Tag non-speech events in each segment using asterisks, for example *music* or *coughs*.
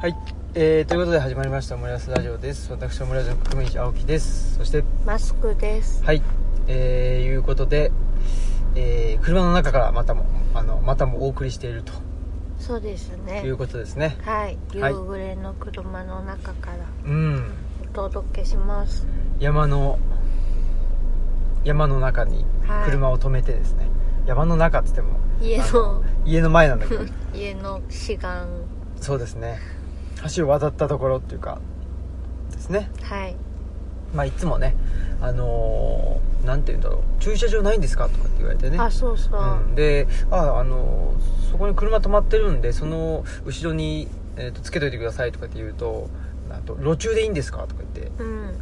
はい、えー、ということで始まりました森安ラジオです私は森安の国民青木ですそしてマスクです。はいえー、いうことで、えー、車の中からまたもあのまたもお送りしているとそうですねいう。ことですねはい、はい夕暮れの車の中からうんお届けします。山の山の中にはい車を止めてですね、山の中っつっても家の家の前なんだけど家の志願そうですね橋を渡ったところっていうかですねはいまあいつもねあのー、なんて言うんだろう駐車場ないんですかとかって言われてねあそうそう、うん、であ、あのそこに車止まってるんでその後ろに、えー、とつけといてくださいとかって言うとあと路中でいいんですかとか言ってうん、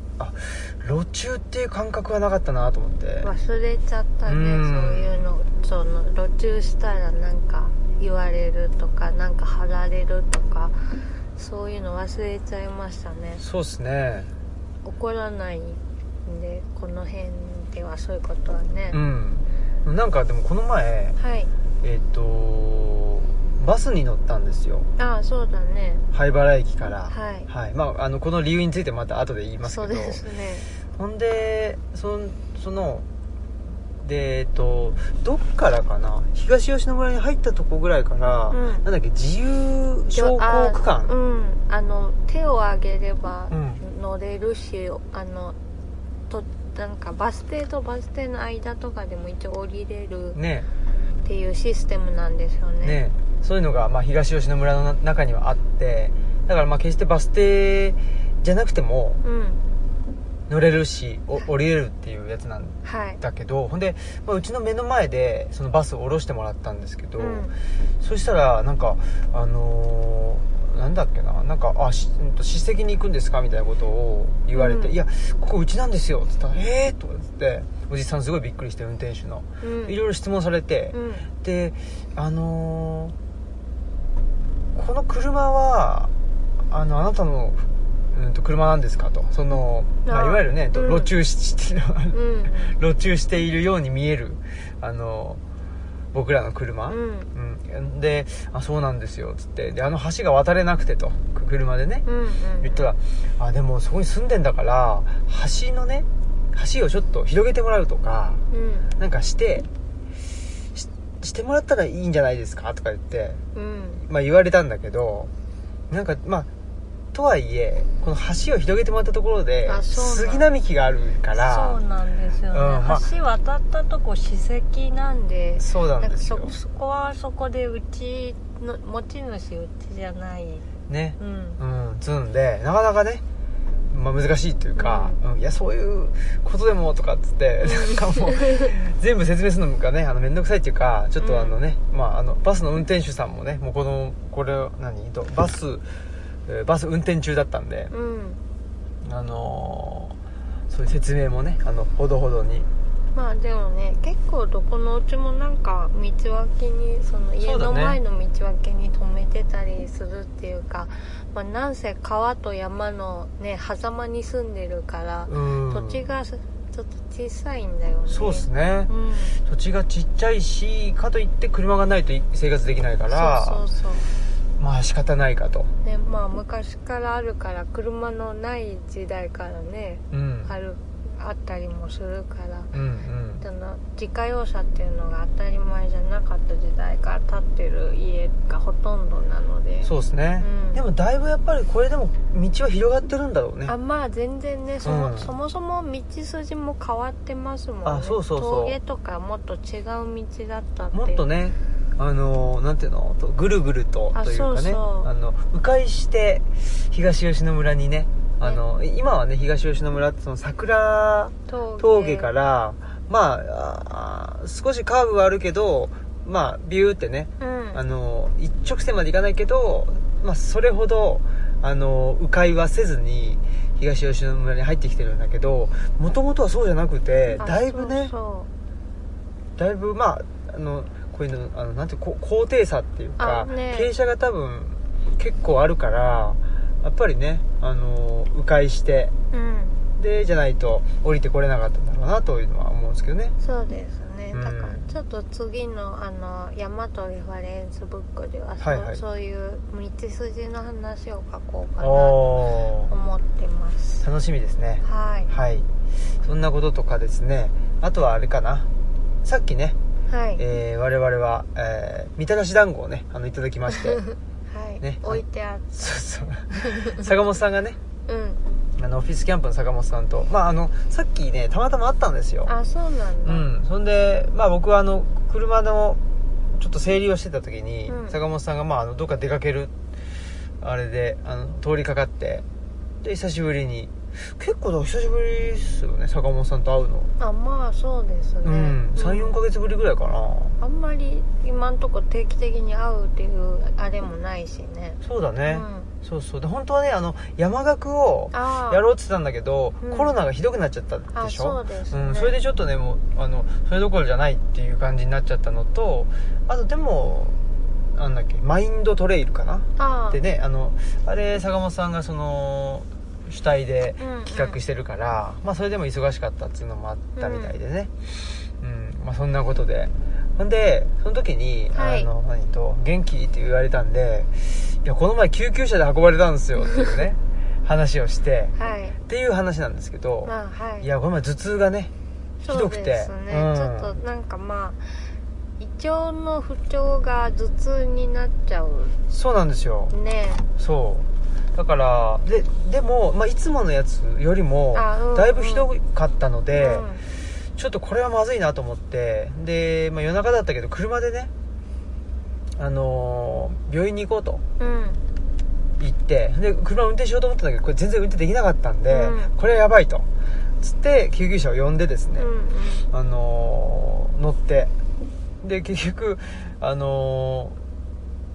路中っていう感覚はなかったなと思って忘れちゃったね、うんそういうのその路中したらなんか言われるとかなんか貼られるとかそういうの忘れちゃいましたねそうっすね怒らないんでこの辺ではそういうことはね、うんなんかでもこの前はいえっ、とバスに乗ったんですよああそうだね灰原駅からはいまあ、あのこの理由についてまた後で言いますそうけどですねほんでそんそのでえっとどっからかな東吉野村に入ったとこぐらいから、うんなんだっけ自由昇降区あう間んあの手を上げればうん乗れるし、あのとなんかバス停とバス停の間とかでも一応降りれるっねていうシステムなんですよねねそういうのが、まあ、東吉野村の中にはあってだからまあ決してバス停じゃなくてもうん乗れるしお降りれるっていうやつなんはいだけどほんで、まあ、うちの目の前でそのバスを降ろしてもらったんですけど、うんそしたらなんかあのーなんだっけななんかあしうんと叱責に行くんですかみたいなことを言われて「うんいやここうちなんですよ」っつったら「ええー」とかっつっておじさんすごいびっくりして運転手のうんいろいろ質問されてう、んであのーこの車はあのあなたの、うん、と車なんですかとその、まああ、いーわゆるね、とうん路中ししてるうん *laughs* 路中しているように見えるあの僕らの車、うんうん、で「あそうなんですよ」っつってであの橋が渡れなくてとく車でねうんうん言ったら「あでもそこに住んでんだから橋のね橋をちょっと広げてもらうとかうんなんかしてししてもらったらいいんじゃないですか」とか言って、うんまあ、言われたんだけどなんかまあとはいえこの橋を広げてもらったところであそうなん杉並木があるからそうなんですよね、うんまあ橋渡ったとこ史跡なんでそうなんなんでかすそよそこはそこでうちの持ち主うちじゃないねうんうん、積んでなかなかね、まあ、難しいというか、うんいやそういうことでもとかっつってなんか *laughs* もう全部説明するのがねあの面倒くさいっていうかちょっとあのね、まあ、あのバスの運転手さんもねもうこのこれを何とバスえーバス運転中だったんで、うんあのーそういう説明もねあのほどほどにまあでもね結構どこのうちもなんか道脇にそのそ家うだのね前の道脇に止めてたりするっていうかまあ、なんせ川と山のね狭間に住んでるから、うん土地がちょっと小さいんだよねそうですねう、ん土地がちっちゃいしかといって車がないとい生活できないからそうそうそうまあ仕方ないかと、ねまあ昔からあるから車のない時代からねうん、あるあったりもするからうんうんその自家用車っていうのが当たり前じゃなかった時代から建ってる家がほとんどなのでそうですね、うんでもだいぶやっぱりこれでも道は広がってるんだろうねあまあ全然ねそも,、うんそもそも道筋も変わってますもんねあそうそうそう峠とかもっと違う道だったってもっとねあのーなんていうのとぐるぐるとあというかねそうそうあの迂回して東吉野村にねあの今はね東吉野村ってその桜峠峠から、まああー少しカーブはあるけどまあビューってねうんあのー一直線まで行かないけど、まあ、それほどあのー迂回はせずに東吉野村に入ってきてるんだけどもともとはそうじゃなくてあだいぶねそうだいぶまああのこういうのあのなんていうこ高低差っていうか、あね傾斜が多分結構あるからやっぱりねあのー迂回してそううんでじゃないと降りてこれなかったんだろうなというのは思ううんですけどねそうですね、うんだからちょっと次のあのヤマトレファレンスブックではそ,、はいはいそういう道筋の話を書こうかなとおー思ってます楽しみですねはいはいそんなこととかですねあとはあれかなさっきね、はい、えー我々は、えーみたらし団子をねあのいただきまして *laughs* はい、ね置いてあっそうそう坂本さんがねうんあのオフィスキャンプの坂本さんと、まあ、あのさっきねたまたま会ったんですよあそうなんうだ、ん、そんで、まあ、僕はあの車のちょっと整理をしてた時に、うん坂本さんが、まあ、あのどっか出かけるあれであの通りかかってで久しぶりに結構だ久しぶりですよね坂本さんと会うの、あまあそうですね、うん34ヶ月月ぶりぐらいかなあんまり今んとこ定期的に会うっていうあれもないしねそうだうね、ん、そうそうで本当はねあの山岳をああやろうって言ってたんだけど、うんコロナがひどくなっちゃったであしょそうです、ねうん、それでちょっとねもうあのそれどころじゃないっていう感じになっちゃったのとあとでもなんだっけマインドトレイルかなああでねあのあれ坂本さんがその主体でうんうん企画してるから、まあ、それでも忙しかったっていうのもあったみたいでね、うんまあ、そんなことでほんでその時に「はいあの何と元気?」って言われたんで「いやこの前救急車で運ばれたんですよ」っていう *laughs* ね話をしてはいっていう話なんですけど、まあはいいやこの前頭痛がねひどくてそうですね、うんちょっとなんかまあ胃腸の不調が頭痛になっちゃうそうなんですよねそうだからででも、まあ、いつものやつよりもあうんうんだいぶひどかったので、うんちょっとこれはまずいなと思ってで、まあ、夜中だったけど車でね、あのー病院に行こうとうん行ってで車運転しようと思ったんだけどこれ全然運転できなかったんで、うんこれはやばいとつって救急車を呼んでですね、うんあのー乗ってで結局あの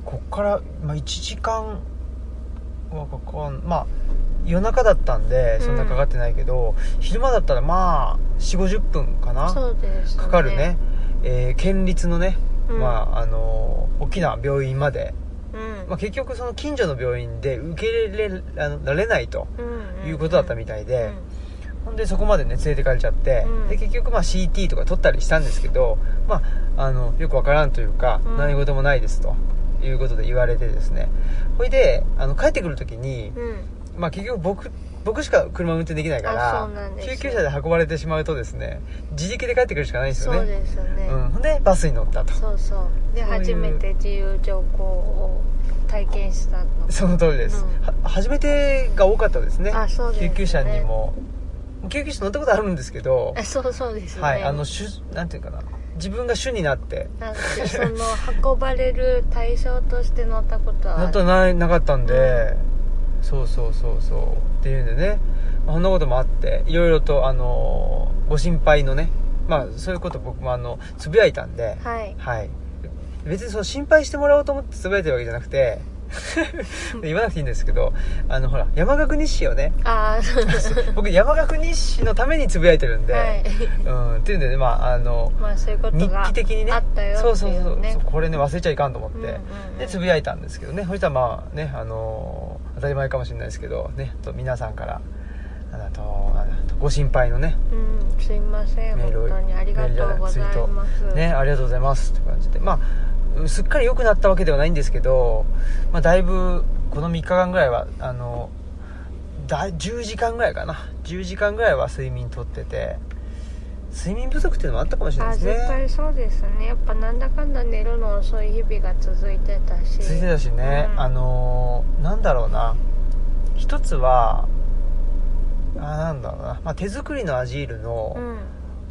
ーこっから、まあ、1時間はかかんまあ夜中だったんでそんなかかってないけど、昼間だったらまあ4 5 0分かうんなそうです、ね、かかるね、えー県立のね、うんまああのー大きな病院まで、うん、まあ、結局その近所の病院で受け入れれあのられないとうんいうことだったみたいで、うんほんでそこまでね連れてかれちゃって、うんで結局まあ CT とか取ったりしたんですけど、まあ、あのよくわからんというか、うん何事もないですということで言われてですねほいであの帰ってくる時に、うんまあ、結局僕僕しか車運転できないかあそうならんですよ救急車で運ばれてしまうとですね自力で帰ってくるしかないんですよねそうですね、うん、ほんでバスに乗ったと *laughs* そうそうでそういう初めて自由乗行を体験したのその通りです、うんは初めてが多かったですねあそうですね救急車にも救急車乗ったことあるんですけどあそうそうですねはい、あの主なんていうかな自分が主になってな *laughs* んかその運ばれる対象として乗ったことはなったないなかったんで、そうそうそうそうっていうんでね、まあ、そんなこともあっていろいろとあのーご心配のねまあそういうこと僕もあのつぶやいたんで、はいはい、別にその心配してもらおうと思ってつぶやいてるわけじゃなく *laughs* て言わなくていいんですけどあのほら山岳日誌を *laughs* ねああそう *laughs* 僕山岳日誌のためにつぶやいてるんで、はいうんっていうんでねまああのまあそういうこと日が記的にねあったよっていうねそうそうそうそうこれね忘れちゃいかんと思って、うんうんうんでつぶやいたんですけどねそしたらまあね、あのー当たり前かもしれないですけどねあと皆さんからあのあとあのご心配のねうんすいませんメー本ルを当にありがとうございますねありがとうございますって感じでまあうんすっかり良くなったわけではないんですけど、まあ、だいぶこの3日間ぐらいはあのだ10時間ぐらいかな10時間ぐらいは睡眠とってて睡眠不足っていうのもあったかもしれなあいです絶ね対そうですねやっぱなんだかんだ寝るの遅い日々が続いてたしついてたしね、うんあのーなんだろうな一つはあーなんだろうな、まあ、手作りのアジールの,、うん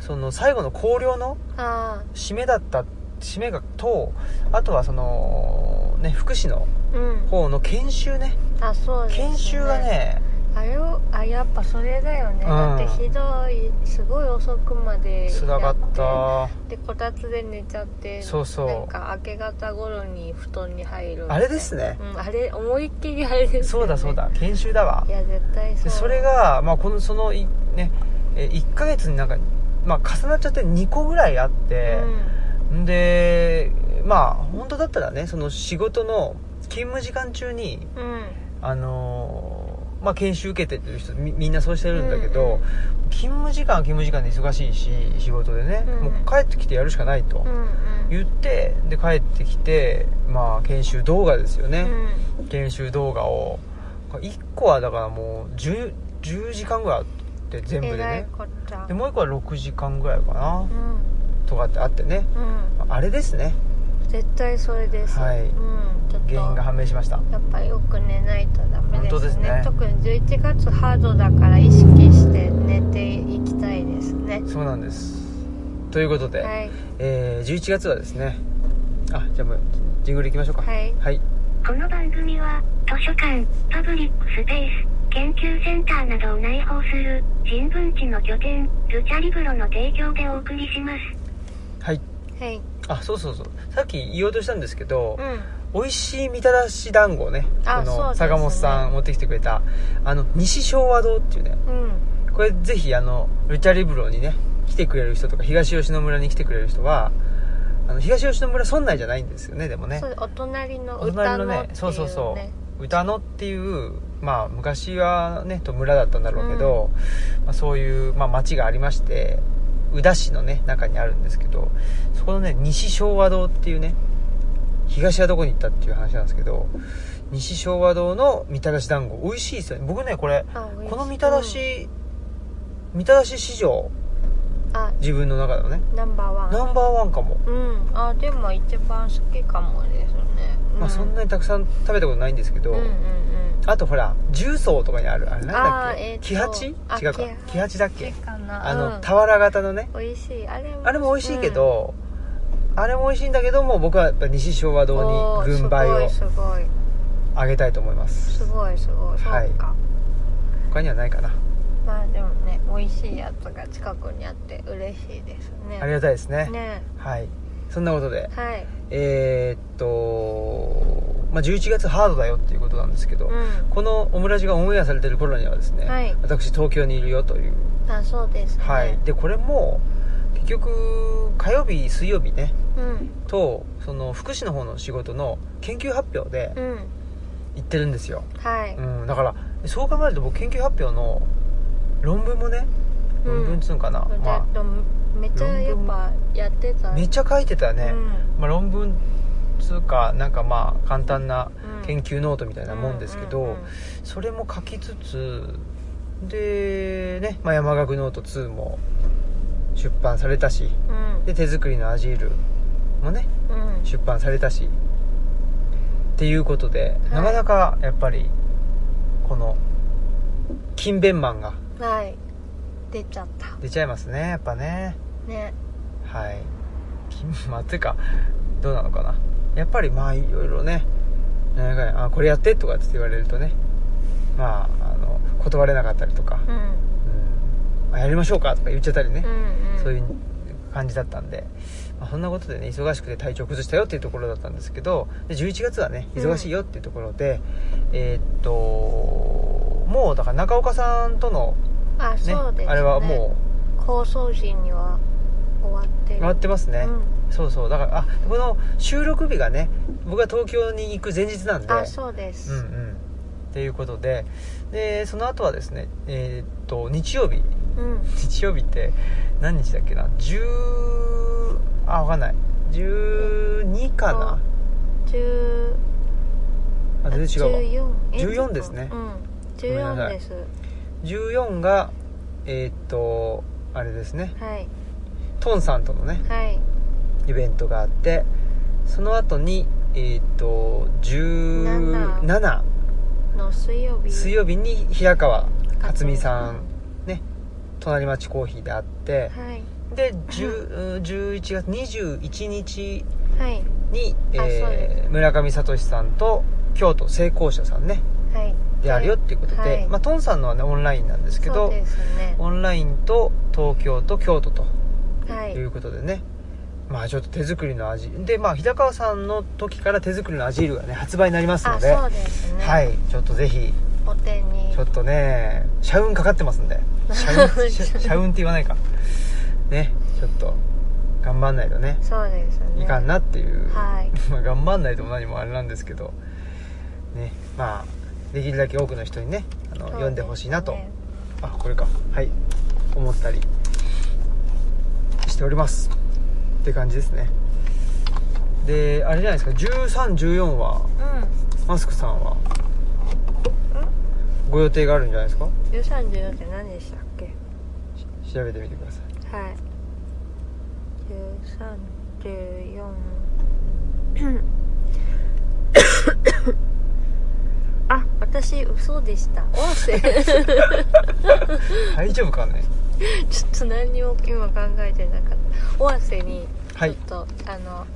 その最後の香料のああ締めだった締めがとあとはそのね福祉のうん方の研修ねあそうです、ね、研修がねあれをあやっぱそれだよね、うんだってひどいすごい遅くまでつらかっやたってでこたつで寝ちゃってそうそうなんか明け方頃に布団に入るあれですねうん、あれ思いっきりあれですよねそうだそうだ研修だわいや絶対そでうそれが、まあ、このそのいねえ1ヶ月になんか、まあ、重なっちゃって2個ぐらいあっうて、んでまあ本当だったらねその仕事の勤務時間中にうんあのまあ、研修受けてる人みみんなそうしてるんだけど、勤務時間は勤務時間で忙しいし仕事でね、うんもう帰ってきてやるしかないとうんうん言ってで帰ってきて、まあ、研修動画ですよね、研修動画を1個はだからもう 10, 10時間ぐらいあってう全ん、部で偉いねこっちゃでもう1個は6時間ぐらいかなうんとかってあってねうんあれですね絶対それです、はいうん、ちょっと原因が判明しましたやっぱよく寝ないとダメですね本当ですね特に11月ハードだから意識して寝ていきたいですねそうなんですということで、はいえー11月はですねあじゃあもうジングルいきましょうかはいはい、この番組は、図書館、パブリックスペース、研究センターなどを内包する、人文地の拠点、ルチャリブロの提供でお送りします。はい、はいあそうそうそうさっき言おうとしたんですけど、うん美味しいみたらし団子をねあこそうですのね坂本さん持ってきてくれたあの西昭和堂っていうねうんこれぜひあのルチャリブロにね来てくれる人とか東吉野村に来てくれる人はあの東吉野村村内じゃないんですよねでもねそうお隣おの歌隣ののっていうねねそうそうそう歌野っていうまあ昔はねと村だったんだろうけど、まあ、そういう、まあ、町がありまして宇田市のね中にあるんですけどそこのね西昭和堂っていうね東はどこに行ったっていう話なんですけど西昭和堂のみたらし団子美味しいですよね僕ねこれあ美味しいこのみたらし、みたらし史上うんあ自分の中のねナンバーワンナンバーワンかも、うんあでも一番好きかもですね、うまあそんなにたくさん食べたことないんですけど、うんうんうんあとほら重曹とかにあるあれなんだっあーえけーと木八違うあか木八木八だっ好きけかなあうんの俵型のね美味しいあれもあれも美味しいけ、どあれも美味しいんだけども僕はやっぱ西昭和うん堂に軍配おーをすごいあげたいと思いますすごいすごいすごいはいそうか他にはないかなまあでもね美味しいやつが近くにあって嬉しいですねありがたいですねねはいそんなことではいえーっとまあ11月ハードだよっていうことなんですけどうこのオムラジがオンエアされてる頃にはですね、はい私東京にいるよという、んあそうですねはい、でこれも結局火曜日水曜日ねうんとその福祉の方の仕事の研究発表でうん行ってるんですよ、はい、うん、だからそう考えると僕研究発表の論文もねうん論文っつうんかな、だまとめっちゃやっぱやってたあ、めっちゃ書いてたね、うんまあ、論文っつうかなんかまあ簡単なうん研究ノートみたいなもんですけど、うんうんうんそれも書きつつでね、まあ、山岳ノート2も出版されたしで手作りのアジールもねうんうん出版されたしっていうことで、はないかなかやっぱりこの勤勉マンがはい出ちゃった出ちゃいますねやっぱねねはい勤まあていうかどうなのかなやっぱりまあいろいろねなんやかんやあこれやってとかって言われるとねまああの断れなかったりとか、うんうんあやりましょうかとか言っちゃったりねう、んうんそういう感じだったんで、まあ、そんなことでね忙しくて体調崩したよっていうところだったんですけどで11月はねうん忙しいよっていうところで、えーっともうだから中岡さんとの、あねそうです、ね、あれはもうう放送時には終わってる終わってますね、うんそうそうだからあこの収録日がね僕が東京に行く前日なんであそうです、うんうんっていうことででその後はですねえーっと日曜日うん日曜日って何日だっけな10あわかんない12かな10あ全然違うわ14え14ですねうんめんな14さいです14がえーっとあれですねはいトンさんとのねはいイベントがあってその後にえーっと17の水曜日水曜曜日に平川克美さんね隣町コーヒーであってはいで10 11月21日はいに、あそうでえー村上聡さんと京都成功者さんねはいであるよっていうことで、はいまあ、トンさんのはねオンラインなんですけそうどですねオンラインと東京と京都とはいいうことでね、まあちょっと手作りの味でまあ日高さんの時から手作りのアジールがね発売になりますのあでそうですねはいちょっとぜひお手にちょっとね社運かかってます *laughs* んで社運社社運って言わないかねちょっと頑張んないとねそうですねいかんなっていう、はい *laughs* まあ頑張んないとも何もあれなんですけどねまあできるだけ多くの人にねあのそう読んでほしいなと、ですねあこれかはい思ったりしておりますって感じですねであれじゃないですか1314はマスクさんはご予定があるんじゃないですかうん134って何でしたっけし調べてみてくださいはい1314 *coughs* あ私嘘でした音声 *laughs* 大丈夫かねちょっと何にも今考えてなかった尾鷲にはちいょっと、あの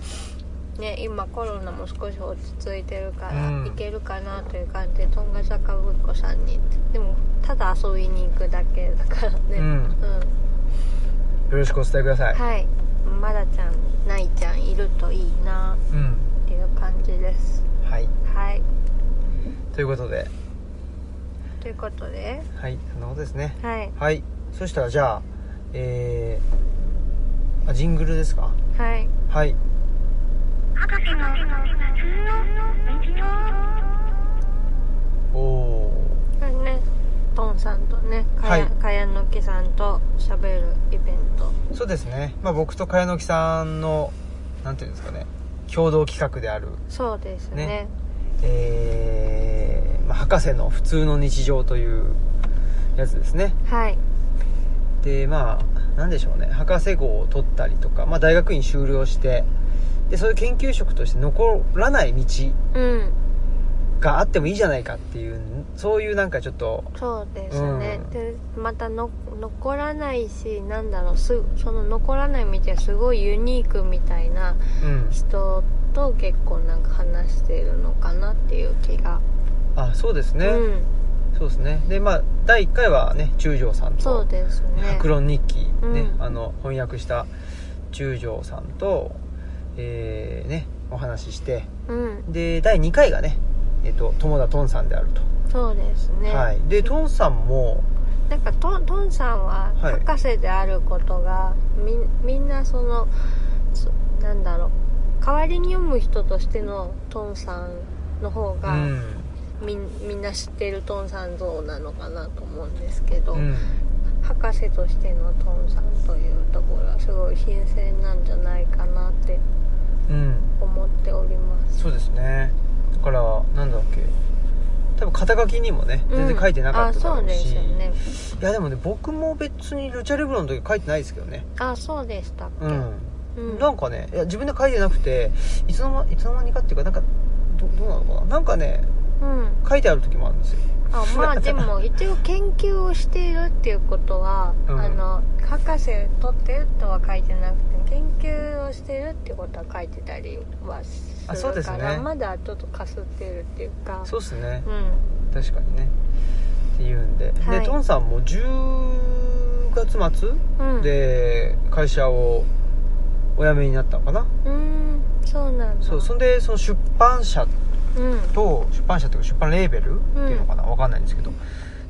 ね今コロナも少し落ち着いてるから、うん行けるかなという感じでとんが坂ぶっこさんにでもただ遊びに行くだけだからねうんよろしくお伝えください、はいまだちゃんないちゃんいるといいなうんっていう感じですはいはいということでということではいそんなことですねはいはいそしたらじゃあえー、あジングルですかはいはい博士の普通の日常おおこれねトンさんとねかや,、はいかやのきさんと喋るイベントそうですね、まあ、僕と茅野木さんのなんていうんですかね共同企画である、そうですねねえーまあ、博士の普通の日常というやつですねはいでまあ何でしょうね博士号を取ったりとか、まあ、大学院修了してでそういう研究職として残らない道うんがあってもいいじゃないかっていうそういうなんかちょっとそうですね、うんでまたの残らないしなんだろうすその残らない道はすごいユニークみたいなうん人と結構なんか話してるのかなっていう気が、あそうですね、うんそうですねでまあ第1回はね中条さんとそうですね白論日記、ねうんあの翻訳した中条さんと、えーね、お話ししてうんで第2回がね、えっと友田トンさんであると、そうですね、はい、でトンさんもなんかトントンさんははい博士であることが、みんみんなそのそなんだろう代わりに読む人としてのトンさんの方うが、ん、みんみんな知ってるトンさん像なのかなと思うんですけど、うん、博士としてのトンさんというところはすごい新鮮なんじゃないかなってうん、思っておりますそうですねだからなんだっけ多分肩書きにもね全然書いてなかっただうんろあそううでし、すよねいやでもね僕も別にルチャリブロの時書いてないですけどねあそうでしたっけ、うんうんなんかねいや自分で書いてなくていつの間いつの間にかっていうかなんかどどうなのかななんかねうん書いてある時もあるんですよあまあでも一応研究をしているっていうことは、うんあの博士取ってるとは書いてなくて研究をしているってことは書いてたりはすあそうるですかねら、まだちょっとかすってるっていうかそうっすねうん確かにねっていうんで、はいでトンさんも10月末うん、で会社をお辞めになったのかな、うーんそうなんだそうそんでその出版社うんと出版社というか出版レーベルっていうのかな、わかんないんですけど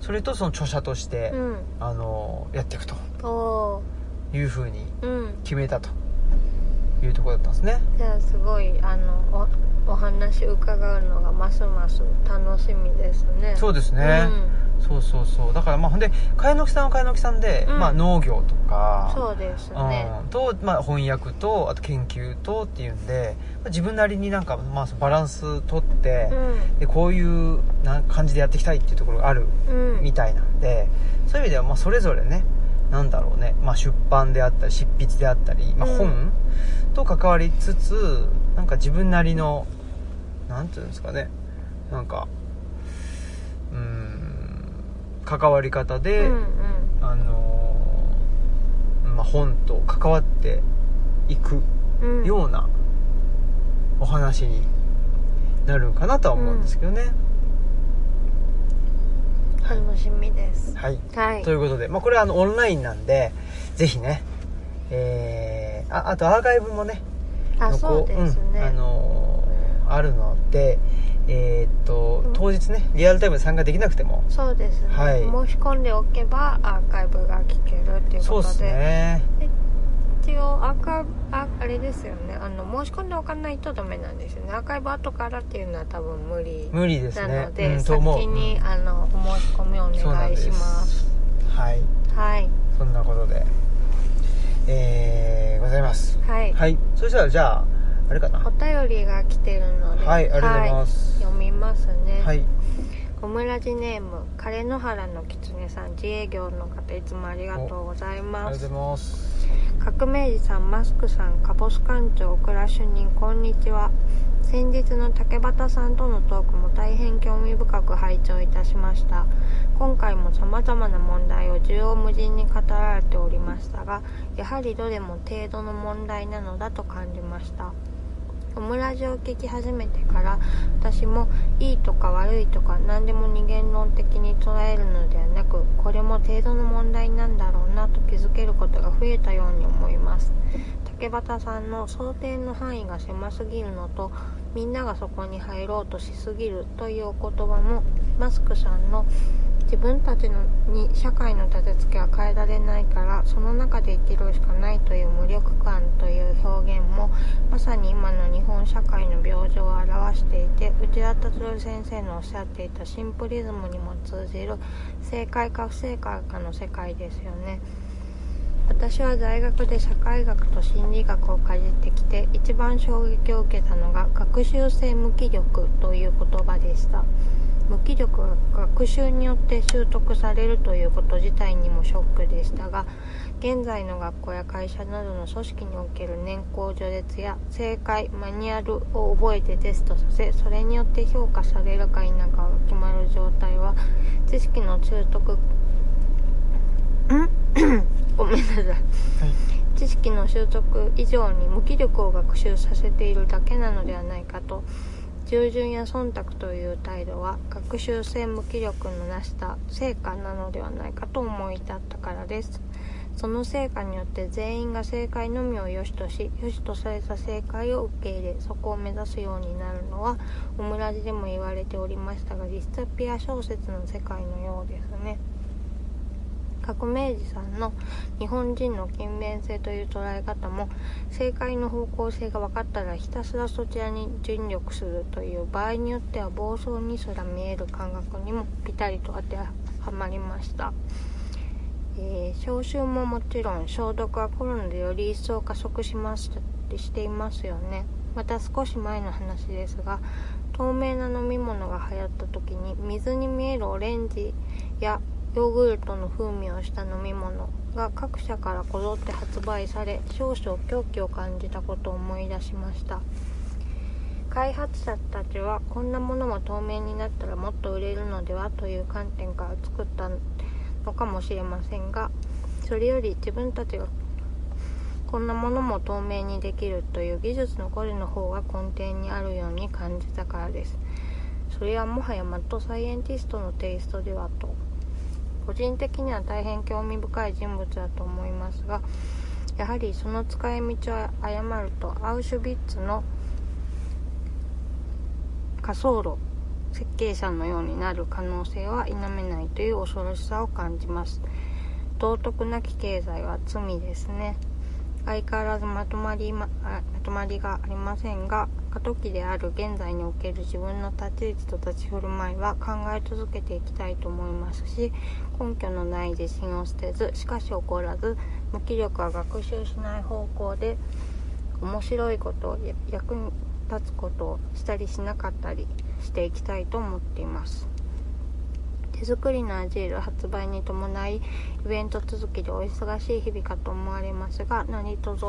それとその著者として、うんあのやっていくとおーいうふうにうん決めたというところだったんですねじゃあすごいあのおお話伺うのがますます楽しみですねそううですね、そうそうそうだからまあほんで茅野木さんは茅野木さんで、うんまあ、農業とうかん、そうですねうん、と、まあ、翻訳とあと研究とっていうんで、まあ自分なりになんか、まあ、そのバランス取ってう、んでこういうな感じでやっていきたいっていうところがあるうんみたいなんで、そういう意味では、まあ、それぞれねなんだろうね、まあ、出版であったり執筆であったり、まあ、うん本と関わりつつ、なんか自分なりのなんていうんですかねなんかうーん関わり方うんで、うんあのーまあ、本と関わっていくうんようなお話になるかなとは思うんですけどね、楽しみですはい、はいということで、まあ、これはあのオンラインなんでぜひねえー、ああとアーカイブもねあ残そうですうんあねのーあるのでえーっと、うん当日ねリアルタイムで参加できなくてもそうですねはい申し込んでおけばアーカイブが聞けるっていうそうこでとすでねち一応アーカイブああれですよねあの申し込んでおかないとダメなんですよねアーカイブ後からっていうのは多分無理無理ですなねので、うん、と思う先に、あのお申し込みおうんそうなんで願いしますはいはいそんなことでえー、ございますはい、はいそしたらじゃああれかなおは便りが来てるのでいありがとうございまはす読みますねはいオムラジネーム枯野原の狐さん自営業の方いつもありがとうございありがまとうございすます革命児さんマスクさんカボス館長クラッシュ人こんにちは先日の竹端さんとのトークも大変興味深く拝聴いたしました今回も様々な問題を縦横無尽に語られておりましたがやはりどれも程度の問題なのだと感じましたオムラジを聞き始めてから私もいいとか悪いとか何でも二元論的に捉えるのではなくこれも程度の問題なんだろうなと気づけることが増えたように思います竹端さんの想定の範囲が狭すぎるのとみんながそこに入ろうとしすぎるというお言葉もマスクさんの自分たちのに社会の立て付けは変えられないからその中で生きるしかないという無力感という表現もまさに今の日本社会の病状を表していて内田達郎先生のおっしゃっていたシンプリズムにも通じる正解か不正解かの世界ですよね私は大学で社会学と心理学をかじってきて一番衝撃を受けたのが学習性無気力という言葉でした無気力は学習によって習得されるということ自体にもショックでしたが現在の学校や会社などの組織における年功序列や正解マニュアルを覚えてテストさせそれによって評価されるか否かが決まる状態は知識の習得ん *coughs* ごめんなさいはい知識の習得以上に無気力を学習させているだけなのではないかと従順や忖度という態度は学習性無気力のなした成果なのではないかと思い至ったからですその成果によって全員が正解のみを良しとし良しとされた正解を受け入れそこを目指すようになるのはオムラジでも言われておりましたがディストピア小説の世界のようですね革命児さんの日本人の勤勉性という捉え方も正解の方向性が分かったらひたすらそちらに尽力するという場合によっては暴走にすら見える感覚にもぴたりと当てはまりました、えー消臭ももちろん消毒はコロナでより一層加速しますしていますよねまた少し前の話ですが透明な飲み物が流行った時に水に見えるオレンジやヨーグルトの風味をした飲み物が各社からこぞって発売され少々狂気を感じたことを思い出しました開発者たちはこんなものも透明になったらもっと売れるのではという観点から作ったのかもしれませんがそれより自分たちがこんなものも透明にできるという技術のこれの方が根底にあるように感じたからですそれはもはやマッドサイエンティストのテイストではと個人的には大変興味深い人物だと思いますがやはりその使い道を誤るとアウシュビッツの火葬炉設計者のようになる可能性は否めないという恐ろしさを感じます道徳なき経済は罪ですね相変わらずまとまりまあまとまりがありませんが過渡期である現在における自分の立ち位置と立ち振る舞いは考え続けていきたいと思いますし根拠のない自信を捨てずしかし怒らず無気力は学習しない方向で面白いことや役に立つことをしたりしなかったりしていきたいと思っています手作りのアジール発売に伴いイベント続きでお忙しい日々かと思われますが何卒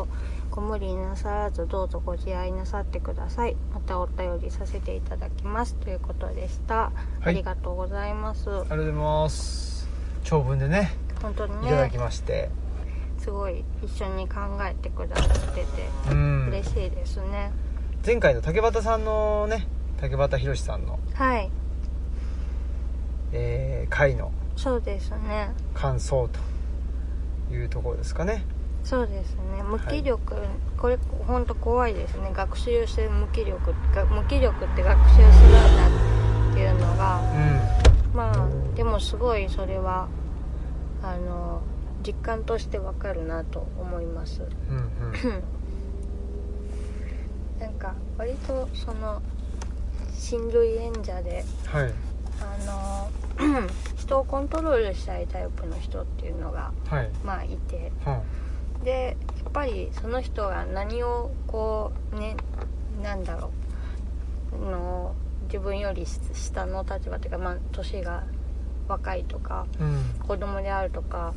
ご無理なさらずどうぞご自愛なさってくださいまたお便りさせていただきますということでした、いありがとうございますありがとうございます長文でね本当にいただねきまして、すごい一緒に考えてくださっててうん嬉しいですね、前回の竹端さんのね竹端宏さんの、はいえー回のそうですね感想というところですかねそうですね無い気力、これ本当怖いですね学習して無気力が無気力って学習するんだっていうのうがんまあでもすごいそれはあの実感としてわかるなと思いますうん *laughs* うんなんか割とその親類演者ではいあの *clears throat* 人をコントロールしたいタイプの人っていうのがはいまあいてはでやっぱりその人が何をこうねなんだろうの自分より下の立場というか、まあ、年が若いとかあうん子供であるとか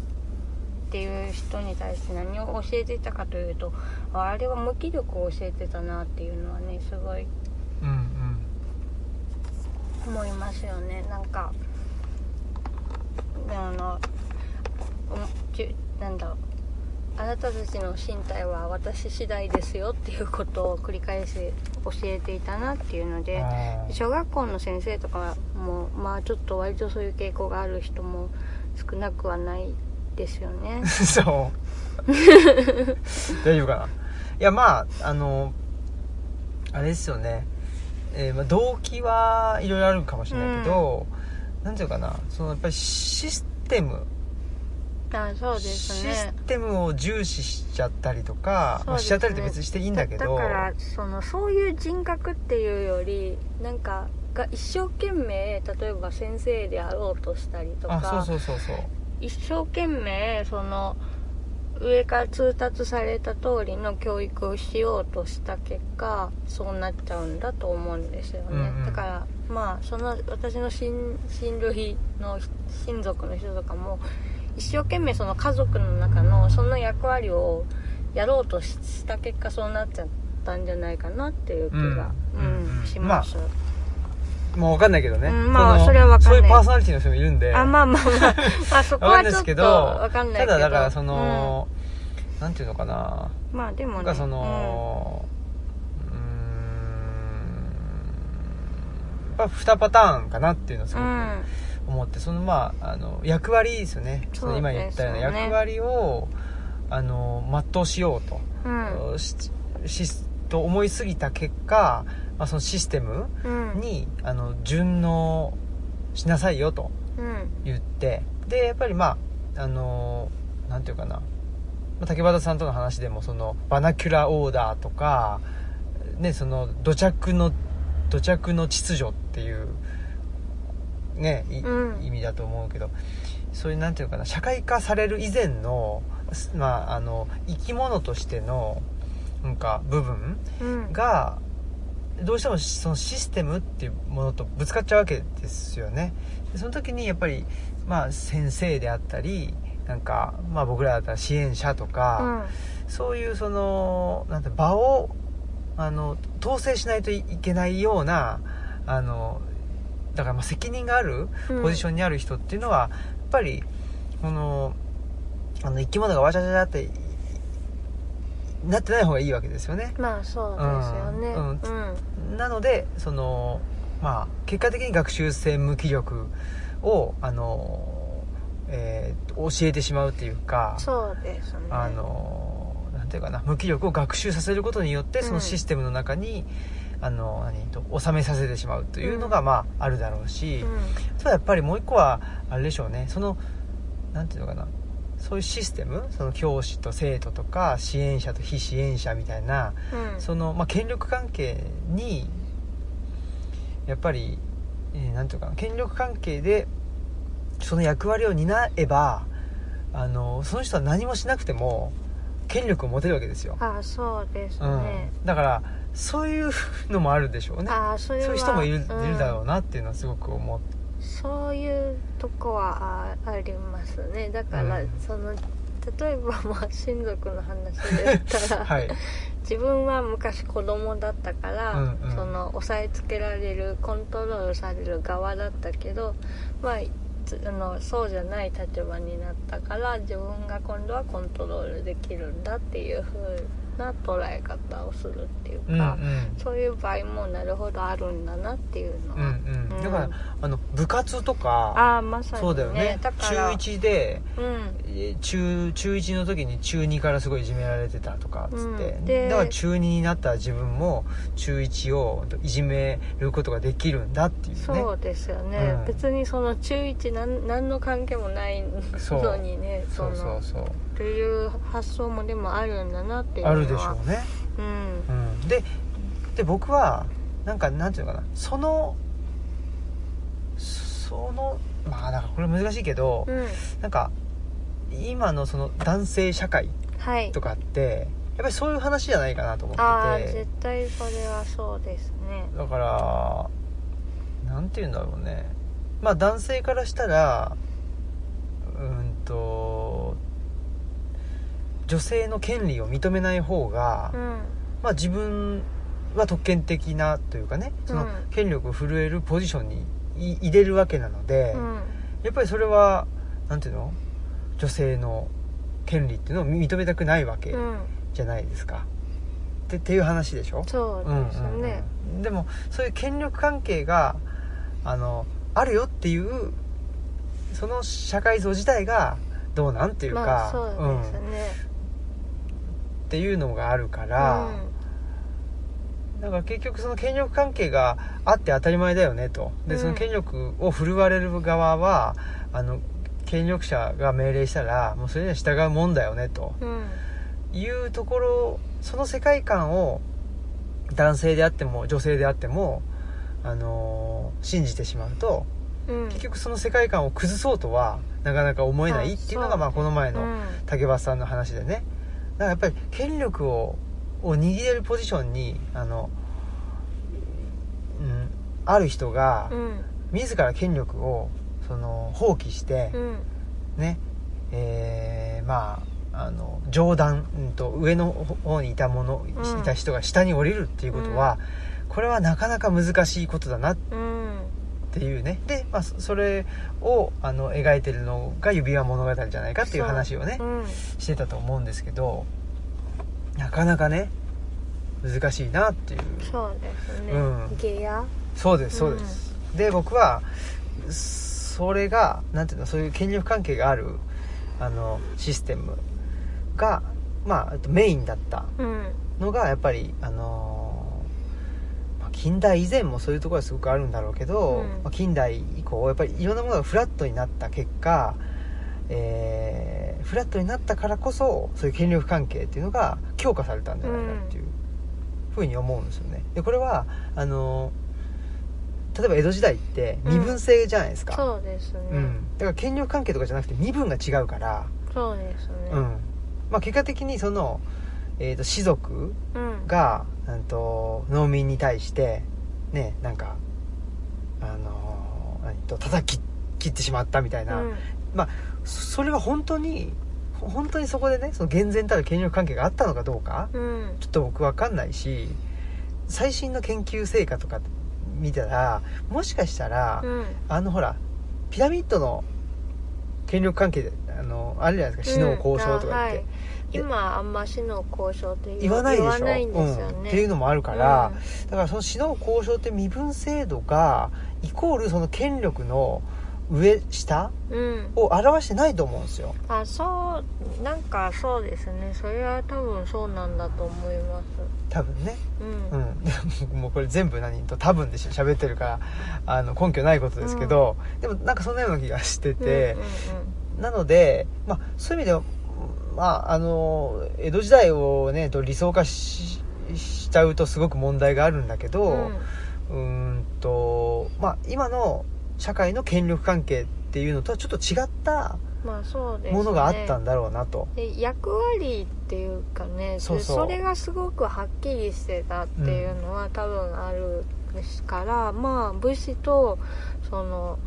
っていう人に対して何を教えていたかというとああれは無気力を教えてたなっていうのはねすごいうんうん思いますよねなんかあのおちゅなんだろうあなたたちの身体は私次第ですよっていうことを繰り返し教えていたなっていうのであー小学校の先生とかもまあちょっと割とそういう傾向がある人も少なくはないですよね *laughs* そう *laughs* 大丈夫かないやまああのあれですよね、えーまあ、動機はいろいろあるかもしれないけど、なんていうかなそのやっぱりシステムあそうでシすスねテムを重視しちゃったりとか、まあ、しちそゃうったですねりって別にしていいんだけだどからそのそういう人格っていうよりなんかが一生懸命例えば先生であろうとしたりとかあそうそうそうそう一生懸命その上から通達された通りの教育をしようとした結果そうなっちゃうんだと思うんですよね、うんうんだからまあその私の親親類の親族の人とかも一生懸命その家族の中のその役割をやろうとしした結果そうなっちゃったんじゃないかなっていう気が、ううんんうんうんします、まあわかんないけどね、うんまあのそれはわかんないそういうパーソナリティの人もいるんであまあまあまあ、まあ、そこわかは *laughs* んないでちょっすけとどわかんないけどただだからその、なんていうのかなうんまあでもなんねかそのうーんやっぱ2パターンかなっていうのをすうごくん、うん思って、そのまああの役割ですよねその今言ったようなそうですよね役割を、あの全うしようと、うんししと思いすぎた結果、まあ、そのシステムうんに、あの順応しなさいよとうん言ってでやっぱりまああのなんていうかなまあ竹端さんとの話でもそのバナキュラオーダーとか、ね、その土着の土着の秩序っていう、ねいうん意味だと思うけどそういうなんていうかな社会化される以前の,す、まあ、あの生き物としてのなんか部分うんがどうしてもそのシステムっていうものとぶつかっちゃうわけですよねでその時にやっぱり、まあ、先生であったりなんか、まあ、僕らだったら支援者とか、そういうそのなんて場をあの統制しないといけないようなあのだからまあ責任があるうんポジションにある人っていうのは、やっぱりこのあの生き物がわちゃわちゃわちゃってなってない方がいいわけですよね。まあそうですよねううんん、なのでそのまあ結果的に学習性無気力をあの、えーと教えてしまうっていうかそうですねあのなんていうかな無気力を学習させることによってうんそのシステムの中に、あの何と収めさせてしまうというのが、まああるだろううし、んただやっぱりもう一個はあれでしょうねそのなんていうのかなそういうシステムその教師と生徒とか支援者と非支援者みたいなうんその、まあ、権力関係にやっぱり何、えーなんていうかな権力関係でその役割を担えばあのその人は何もしなくても権力を持てるわけですよ、あそうですうんね、だからそういうのもあるでしょうねあそれはそういう人もいる,、んいるだろうなっていうのはすごく思ってそういうとこはあありますねだから、うんその例えばまあ親族の話で言っ *laughs* たら、はい自分は昔子供だったから、うんうんその押さえつけられるコントロールされる側だったけど、まあ、つあのそうじゃない立場になったから自分が今度はコントロールできるんだっていう風な捉え方をするっていううんうか、んそういう場合もなるほどあるんだなっていうのうは、んうんだかうらんあの部活とかああまさにねそうだよねだか中ら1でうんえー中中1の時に中2からすごいいじめられてたとかっつって、うんでだから中2になった自分も中1をいじめることができるんだっていうねそうですよね、うん別にその中1なん何の関係もないそうのにねそそうのそうそうっていう発想もでもあるんだなっていうのはあるでしょうね、うんうん、でで僕はなんかなんていうのかなそのそのまあなんかこれ難しいけど、うんなんか今のその男性社会はいとかってやっぱりそういう話じゃないかなと思ああってて絶対それはそうですねだからなんて言うんだろうねまあ男性からしたらうーんと女性の権利を認めない方が、うんまあ自分は特権的なというかねそのうん権力を振るえるポジションにい入れるわけなので、うんやっぱりそれはなんていうの女性の権利っていうのを認めたくないわけうんじゃないですか、ってっていう話でしょそうですね、うんうんうんでもそういう権力関係があのあるよっていうその社会像自体がどうなんっていうか、まあそうですん、っね、ていうのがあるかうら、なんか結局その権力関係があって当たり前だよねとでうんその権力を振るわれる側はあの権力者が命令したらもうそれには従うもんだよねとんうんいうところその世界観を男性であっても女性であっても、あのー信じてしまうとうん結局その世界観を崩そうとはなかなか思えないあっていうのそがうまあこの前うのん竹橋さんの話でねだからやっぱり権力をを握れるポジションにあの、うん、ある人がうん自ら権力をその放棄して、うんねえーまああの上段、うん、と上の方にいたもの、うんいた人が下に降りるっていうことは、これはなかなか難しいことだなっうんていうねで、まあ、そそれをあの描いてるのが指輪物語じゃないかっていう話をねうんしてたと思うんですけどなかなかね難しいなっていうそうですね、うんゲヤそうですそうです、で僕はそれがなんていうのそういう権力関係があるあのシステムがまあえっとメインだったうんのがやっぱりあのーまあ近代以前もそういうところはすごくあるんだろうけど、うんまあ近代以降やっぱりいろんなものがフラットになった結果、えーフラットになったからこそそういう権力関係っていうのが強化されたんじゃないかっていうふうに思うんですよね。でこれはあのー例えば江戸時代って身分制じゃないですか、そうですね、うんだから権力関係とかじゃなくて身分が違うから、そうですねうんまあ、結果的にその、えー、と士族うんが、うん、と農民に対してねなんかあの何と叩き切ってしまったみたいな、うんそそれは本当にほ本当にそこでねその厳然たる権力関係があったのかどうかうんちょっと僕分かんないし最新の研究成果とか見たらもしかしたら、うんあのほらピラミッドの権力関係であのあるじゃないですか首脳交渉とか言って、うんあはい今あんま市の交渉って言わないでしょ言わないんですよね、うん、っていうのもあるから、だからその指導交渉って身分制度がイコールその権力の上下うん、うんを表してないと思うんですよあそうなんかそうですねそれは多分そうなんだと思います多分ねうん、うん *laughs* もうこれ全部何と多分でしょ喋ってるからあの根拠ないことですけど、でもなんかそんなような気がしててうん、うなので、まあ、そういう意味ではまああの江戸時代をねと理想化ししちゃうとすごく問題があるんだけど、んうんうんうーんとまあ今の社会の権力関係っていうのとはちょっと違ったまあそうですねものがあったんだろうなと、で役割っていうかねそうそうれがすごくはっきりしてたっていうのは多分あるですから、まあ武士とその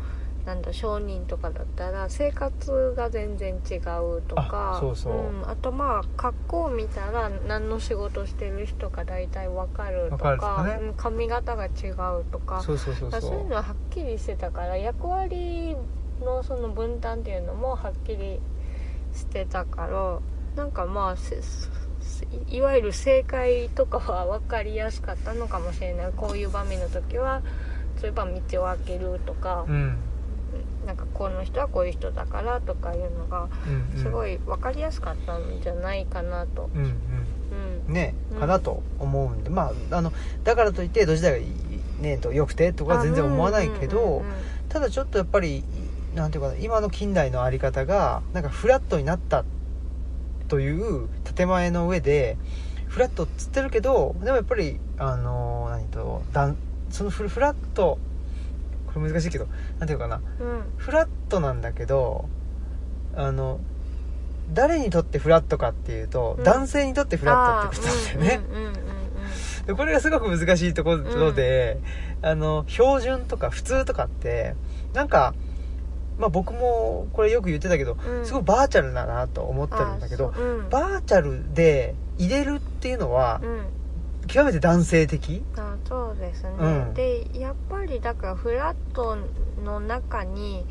なんだ商人とかだったら生活が全然違うとか、あそうそうんあとまあ格好を見たら何の仕事してる人か大体わかるとかわかるとかねうん髪型が違うとかそうそうそうまあそそういううのははっきりしてたから役割のその分担っていうのもはっきりしてたからなんかまあせいいわゆる正解とかは分かりやすかったのかもしれないこういう場面の時は例えば道を開けるとかう、んなんかこの人はこういう人だからとかいうのがうんうんすごいい分かりやすかったんじゃないかなと、うんうんうんねうんかなと思うんでまああのだからといってどちらがいいねと良くてとかは全然思わないけど、うんうんうんうんただちょっとやっぱりなんていうかな今の近代のあり方がなんかフラットになったという建前の上でフラットっつってるけどでもやっぱりあのー何とだんそのフフラットこれ難しいけどなんていうかなうんフラットなんだけどあの誰にとってフラットかっていうと、うん男性にとってフラットってことなんだよね、あーうんうんうんでこれがすごく難しいところで、あの標準とか普通とかってなんか、まあ、僕もこれよく言ってたけど、うんう *laughs* んすごいバーチャルだなと思ってるんだけどあ、ーそううんバーチャルで入れるっていうのはうん極めて男性的、あそうですね、うんでやっぱりだからフラットの中に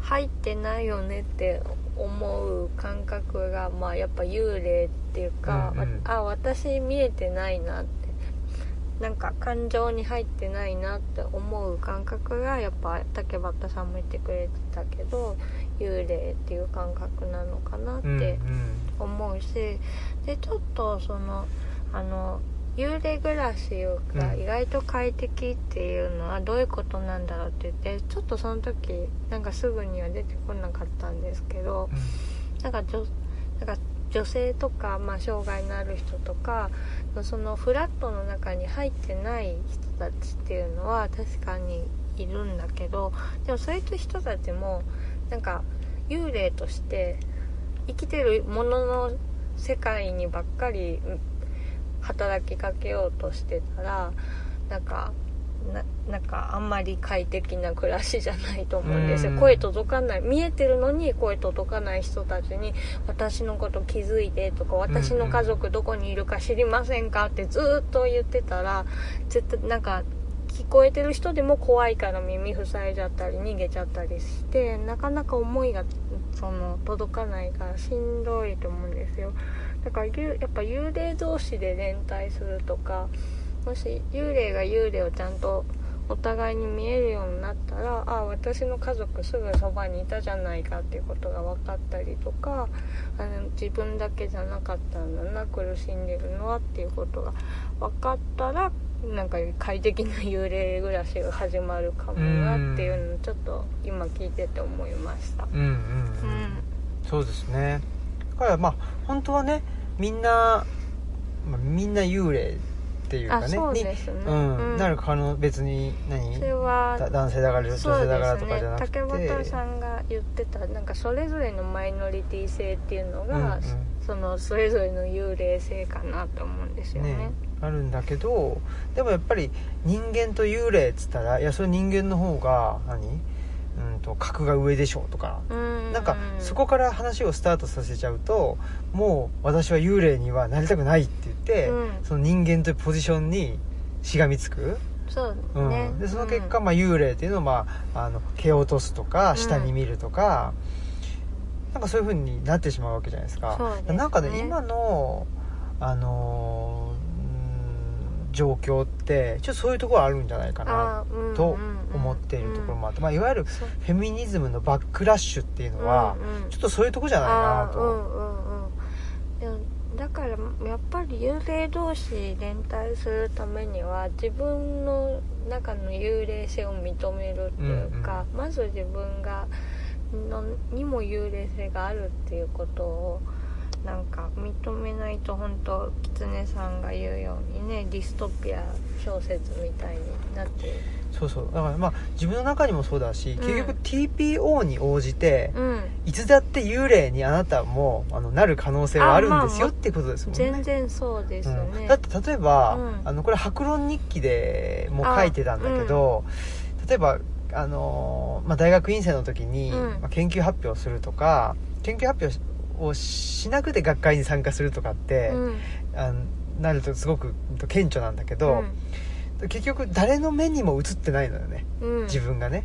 入ってないよねって思う感覚がまあやっぱ幽霊っていうか、うんうんわあ私見えてないなってなんか感情に入ってないなって思う感覚がやっぱ竹俣さんも言ってくれてたけど幽霊っていう感覚なのかなって、うんうん思うしでちょっとそのあの幽霊暮らしがうん意外と快適っていうのはどういうことなんだろうって言ってちょっとその時なんかすぐには出てこなかったんですけどなんか女なんか女性とか、まあ、障害のある人とかそのフラットの中に入ってない人たちっていうのは確かにいるんだけどでもそういう人たちもなんか幽霊として生きてるものの世界にばっかりうん働きかけようとしてたらなんかななんかあんまり快適な暮らしじゃないと思うんですようん声届かない見えてるのに声届かない人たちに「私のこと気づいて」とか「私の家族どこにいるか知りませんか?」ってずーっと言ってたら絶対なんか聞こえてる人でも怖いから耳塞いじゃったり逃げちゃったりしてなかなか思いがその届かないからしんどいと思うんですよだからゆやっぱ幽霊同士で連帯するとかもし幽霊が幽霊をちゃんとお互いに見えるようになったらあ私の家族すぐそばにいたじゃないかっていうことが分かったりとかあの自分だけじゃなかったんだな苦しんでるのはっていうことが分かったらなんか快適な幽霊暮らしが始まるかもなっていうのをちょっと今聞いてて思いました。うんうんううんんそうですねだからまあ本当はねみんな、まあ、みんな幽霊っていうかあねそうにですね、うん、なる可能別に何それだは男性だから女性そうだからですとかじゃねなくて竹本さんが言ってたなんかそれぞれのマイノリティ性っていうのが、うんうんそのそれぞれの幽霊性かなと思うんですよねねあるんだけどでもやっぱり人間と幽霊っつったらいやそれ人間の方が何うんと格が上でしょうとかうんなんかそこから話をスタートさせちゃうともう私は幽霊にはなりたくないって言って、うんその人間というポジションにしがみつく、そううね、ん、でその結果、うんまあ、幽霊っていうのは、まあ、あの蹴落とすとうんか下に見るとか、なんかそういう風になってしまうわけじゃないですかそうですねなんかね今の、あのーうん状況ってちょっとそういうところあるんじゃないかなあうんとうんうん思っているところもあって、まあ、いわゆるフそうェミニズムのバックラッシュっていうのは、うんうんちょっとそういうとこじゃないかなと。あーうんうんうんでもだからやっぱり幽霊同士連帯するためには自分の中の幽霊性を認めるっていうか、まず自分がのにも幽霊性があるっていうことをなんか認めないと本当狐さんが言うようにねディストピア小説みたいになってそうそうだからまあ自分の中にもそうだし、ん結局 TPO に応じて、うんいつだって幽霊にあなたもあのなる可能性はあるんですよあっまあていうことですもんね。全然そうですね、うん、だって例えば、うんあのこれ「白論日記」でも書いてたんだけど、例えば、あのーまあ、大学院生の時に、うんまあ研究発表するとか研究発表をしなくて学会に参加するとかって、うんあのなるとすごくうんと顕著なんだけど、結局誰の目にも映ってないのよね。うん自分がね、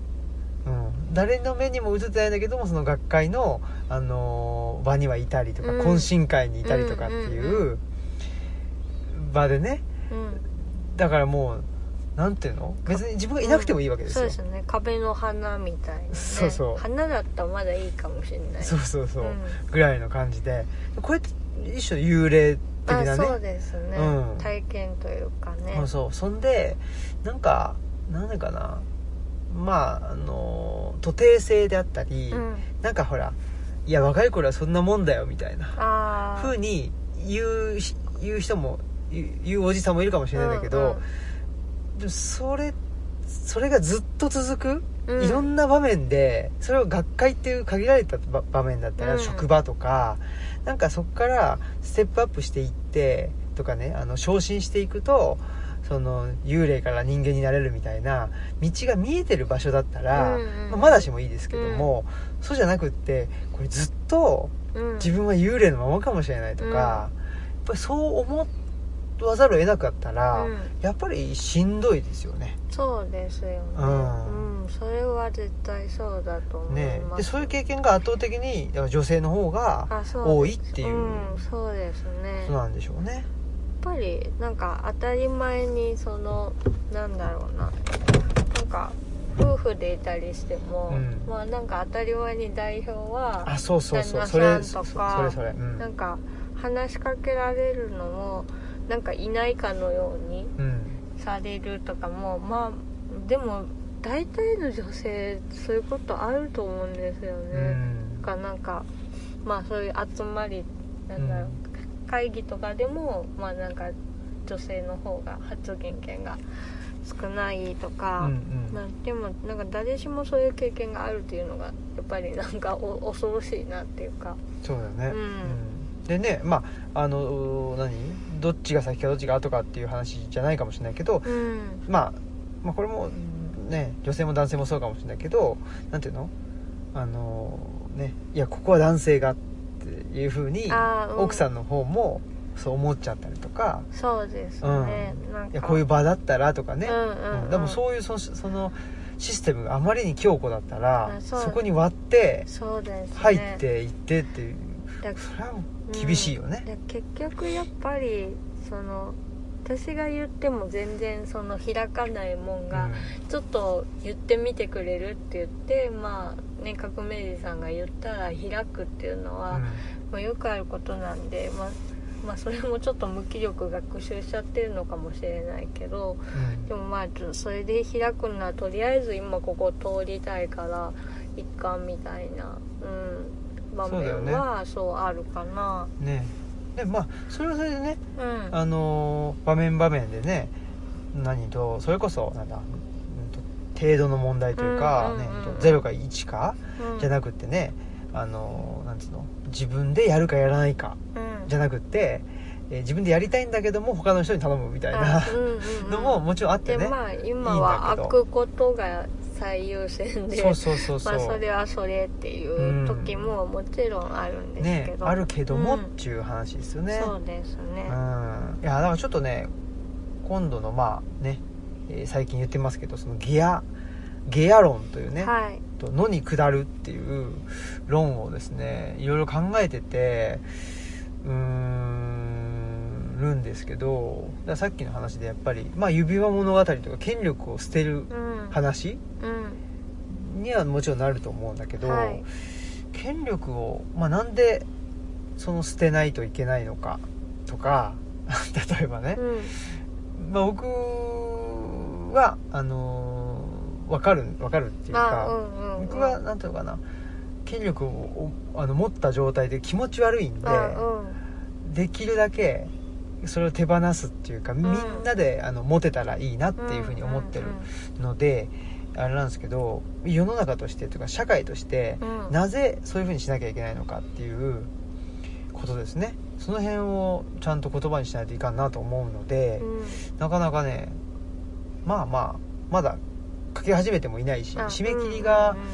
うん、誰の目にも映ってないんだけどもその学会の、あのー場にはいたりとかうん懇親会にいたりとかっていう、うんうんう場でねうんだからもうなんていうの別に自分がいなくてもいいわけですそうよ、ですよね壁の花みたいな、ね、そうそう花だったらまだいいかもしれないそうそうそう、んぐらいの感じでこうやって一種の幽霊的あなそうねですね、うん体験というかねそうそうそんでなんかなんだかなまああの徒弟制であったり、うん、なんかほらいや若い頃はそんなもんだよみたいなあ風にに言うひ言う人も言う言うおじさんもいるかもしれないんだけど、でもそれそれがずっと続く、うんうん、いろんな場面でそれを学会っていう限られたば場面だったら、うん職場とかなんかそこからステップアップしていってとかねあの昇進していくとその幽霊から人間になれるみたいな道が見えてる場所だったら、うんうんまあまだしもいいですけども、そうじゃなくってこれずっとうん自分は幽霊のままかもしれないとか、うんやっぱりそう思わざるを得なかったら、うんやっぱりしんどいですよね。そうですよねうんうん、それは絶対そうだと思いねます、でそういう経験が圧倒的にだから女性の方があそう多いっていううん、そうですねそうやっなんでしょうね。ぱりなんか当たり前にそのなんだろうななんか夫婦でいたりしても、うんまあなんか当たり前に代表はあそうそうそう旦那それさそんそとかそれそれ、うなんんか話しかけられるのもなんかいないかのようにうん、されるとかもまあでも大体の女性そういうことあると思うんですようね。んかなんかまあそういう集まりなんだろう、会議とかでもまあなんか女性の方が発言権が少ないとうんうか。まあん、でもなんか誰しもそういう経験があるっていうのがやっぱりなんかお恐ろしいなっていうかそうだよね、うんうんでねまああの何どっちが先かどっちが後かっていう話じゃないかもしれないけど、うんまあ、まあこれもね女性も男性もそうかもしれないけどなんていうのあのねいやここは男性がっていうふうにあーうん奥さんの方もそう思っちゃったりとか、そうですね、なんいかやこういう場だったらとかね、うんうんうんでもそういうそのそのシステムがあまりに強固だったらあそそうこに割ってそうですね入っていってっていう、だそれはもう厳しいよね、で結局やっぱりその私が言っても全然その開かないもんうが、んちょっと言ってみてくれるって言ってまあね革命児さんが言ったら開くっていうのは、まあ、よくあることなんでまあまあそれもちょっと無気力学習しちゃってるのかもしれないけどうんでもまあちょっとそれで開くのはとりあえず今ここ通りたいから一貫みたいな、うん、場面はそうあるかなうんねでまあそれはそれでねう,、んあのー場面場面でね何とそれこそなんだうんと程度の問題というか、うんねうんうんと0か1かうんじゃなくってね、あのーなんつうの自分でやるかやらないかうんじゃなくって、えー自分でやりたいんだけども他の人に頼むみたいなあうんうんう *laughs* んのももちろんあってでね、まあ今はいいんだ開けどくことが最優先でそうそうそうそう、まあ、それはそれっていう時ももちろんあるんですけねど、あるけどもうっんていう話ですよね、そうですねうんいやだからちょっとね今度のまあね、えー最近言ってますけどそのゲアゲア論というね、はいと「の」に下るっていう論をですねいろいろ考えててうーんるんですけどだからさっきの話でやっぱり、まあ、指輪物語とか権力を捨てるうん話うんにはもちろんなると思うんだけど、はい権力を、まあ、なんでその捨てないといけないのかとか *laughs* 例えばねう、んまあ、僕はあのーわかるわかるっていうまかあ、うんうんうん僕は何ていうのかな権力をおあの持った状態で気持ち悪いんで、あうんできるだけそれを手放すっていうか、みんなであの持てたらいいなっていうふうに思ってるので、あれなんですけど世の中としてというか社会としてう、んうんうんなぜそういうふうにしなきゃいけないのかっていうことですねその辺をちゃんと言葉にしないといかんなと思うので、うんなかなかねまあまあまだ書き始めてもいないしあ締め切りが、うんうんうん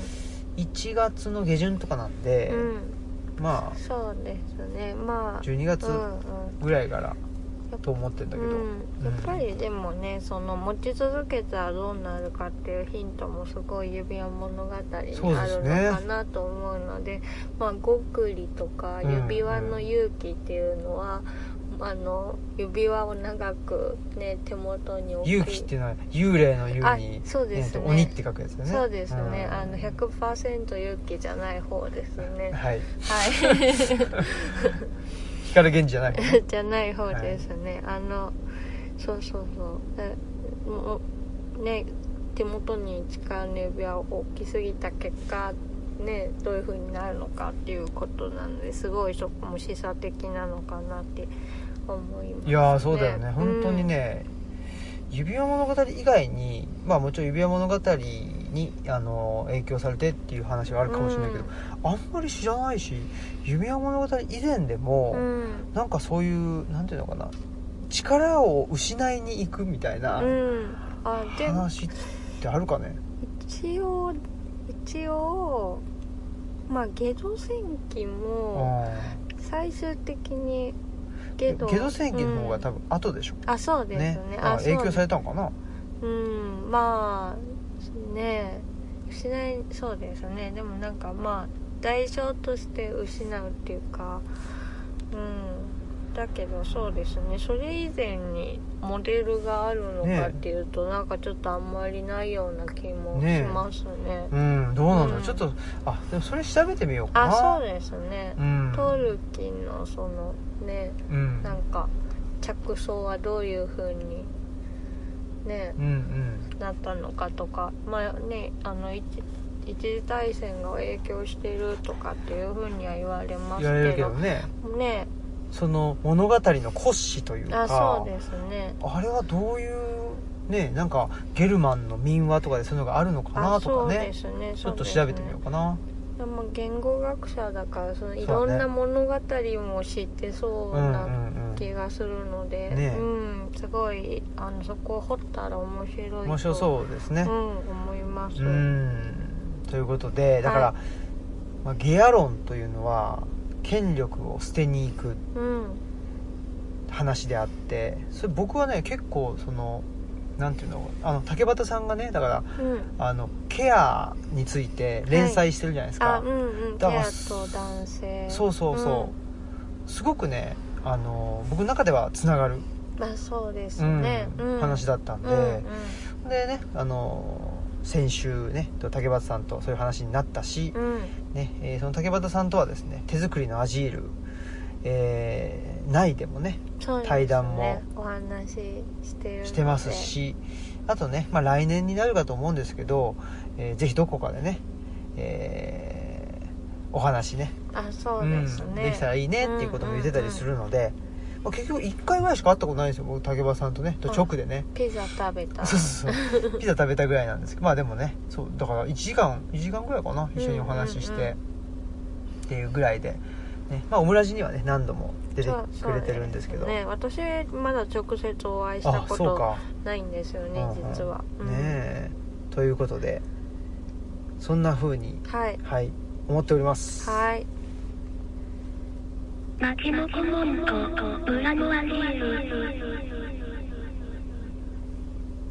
1月の下旬とかなんで、うん、まそうですねまああ12月うんうんぐらいからと思ってんだけど、うん、やっぱりでもねその持ち続けたらどうなるかっていうヒントもすごい指輪物語にあるそうですのねかなと思うのでまあ「ごくり」とか「うん指輪の勇気」っていうのは、あの指輪を長くね手元に置く勇気っていうのは幽霊の幽にあそうですえねーと鬼って書くやつだねそうですね、うんあの100%勇気じゃない方ですね *laughs* ははいい光源氏じ *laughs* ゃないもんねじゃない方ですね、あのそうそうそうえもうね手元に使う指輪を置きすぎた結果ねどういう風になるのかっていうことなのですごいそこも示唆的なのかなって思います、いやーそうだよね本当に、ね、指輪物語以外にまあもちろん指輪物語にあの影響されてっていう話はあるかもしれないけど、あんまり知らないし指輪物語以前でも、うんなんかそういうなんていうのかな力を失いに行くみたいなうん、うんあで話ってあるかね、一応一応まあゲド戦記もう最終的にゲん、ドゲド戦記の方がうん多分後でしょ、あそうですねだからあ影響されれたのかなうんまあね失いそうですねでもなんかまあ代償として失うっていうかうんだけどそうですねそれ以前にモデルがあるのかっていうと、なんかちょっとあんまりないような気もしねますねうんどうなんだろう、うんちょっとあでもそれ調べてみようかなあそうですね、うんトルキンのそのねうんなんか着想はどういう風にねうんうんなったのかとかまあねあの一一次大戦が影響してるとかっていう風には言われます言われるけけどどねねその物語の骨子というかあそうですねあれはどういうねなんかゲルマンの民話とかでそういうのがあるのかあなそとうかでねすねちょっと調べてみようかなでも言語学者だからそのいねろんな物語も知ってそううんうなんうん気がするので、ねうんすごいあのそこを掘ったら面白いと面白そうですねう、ん、思います、うんということでだから、はまあ、ゲア論というのは権力を捨てに行くうん話であってそれ僕はね結構そのなんていうのあの竹俣さんがねだからうんあのケアについて連載してるじゃないですか、あうんうんケだからアと男性そうそうそう、すごくねあの僕の中ではつながる、うん、まあそうですうんね、うん、話だだったんで、うんでねあの先週ねと竹俣さんとそういう話になったし、うんねえーその竹俣さんとはですね手作りのアジール、えー内でもねそうですね対談もお話ししてるのでしてますしあとね、まあ、来年になるかと思うんですけど、えーぜひどこかでね、えーお話ねあそうですね、ん、できたらいいねっていうことも言ってたりするので、まあ、結局1回ぐらいしか会ったことないんですよ僕竹場さんとねと直でね、ピザ食べた *laughs* そうそうそうピザ食べたぐらいなんですけどまあでもねそうだから1時間1時間ぐらいかな一緒にお話しして、うんうんうんっていうぐらいで、ねまあ、オムラジにはね何度も出てくれてるんですけどそうね私まだ直接お会いしたあこそうとか、ないんですよねうんうん実は、うんねえということでそんな風にはいはい思っておりますはいマキノコモントと裏のアリエル。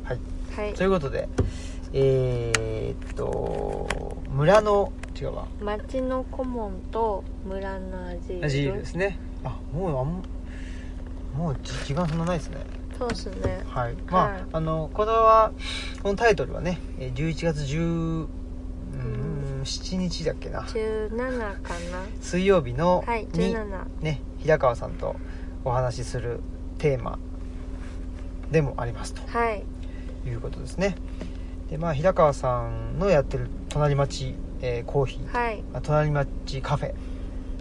はいはいということでえーっと村の違うわ町の顧問と村の味アジールですねあもうあんもう時間そんなないですねそうですねはいまあ、はいあのこれはこのタイトルはねえー11月10うん7日だっけな17か水曜日のなはいに、 17ね、平川さんとお話しするテーマでもありますとはいいうことですねでまあ平川さんのやってる隣町、えーコーヒー、はいあ隣町カフェ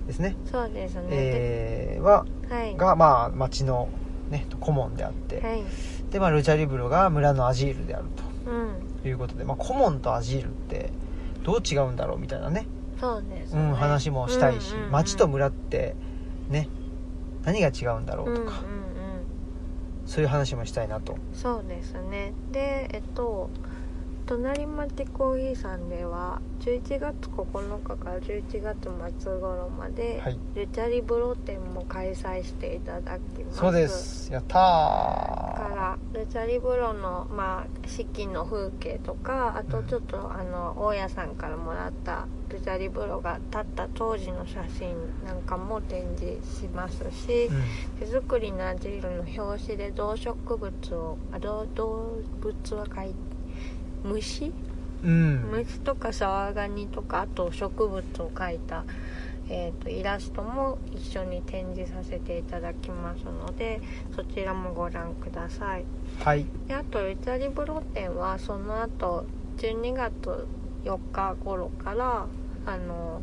ですね、そうですね、えーはではいがまあ町のね顧問であって、はいでまあルチャリブロが村のアジールであるうんということで、まあ、顧問とアジールってどう違うんだろうみたいなね、そうですうね、ん、話もしたいし、うんうんうん町と村ってね何が違うんだろうとか、うんうんうんそういう話もしたいなとそうですねでえっと隣町コーヒーさんでは11月9日から11月末頃まで、はいルチャリブロ展も開催していただきますそうですやったーかからルチャリブロの、まあ、四季の風景とかあとちょっと、あの大家さんからもらったルチャリブロが立った当時の写真なんかも展示しますし、手作りのアジールの表紙で動植物をあ動動物は書い虫うん、うん、虫とかサワガニとかあと植物を描いた、えー、とイラストも一緒に展示させていただきますのでそちらもご覧くださいはいであとルチャリブロ展はその後12月4日頃からあの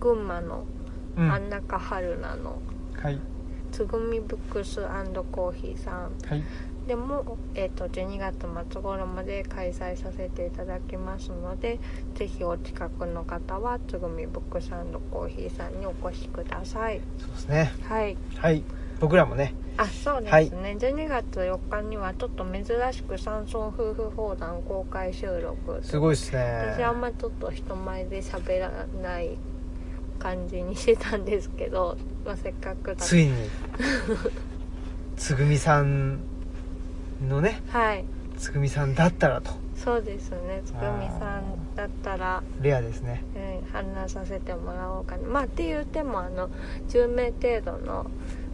群馬のうん安中春菜のはいつぐみブックスコーヒーさんはいでも、えー、と12月末頃まで開催させていただきますのでぜひお近くの方はつぐみブックサンドコーヒーさんにお越しくださいそうですねはいはい僕らもねあそうですね、はい12月4日にはちょっと珍しく山村夫婦砲弾公開収録すごいですね私あんまちょっと人前で喋らない感じにしてたんですけど、まあ、せっかくだからついにつぐみさんのねはいつぐみさんだったらとそうですねつぐみさんだったらレアですねうん、話させてもらおうかな、まあ、って言ってもあの10名程度の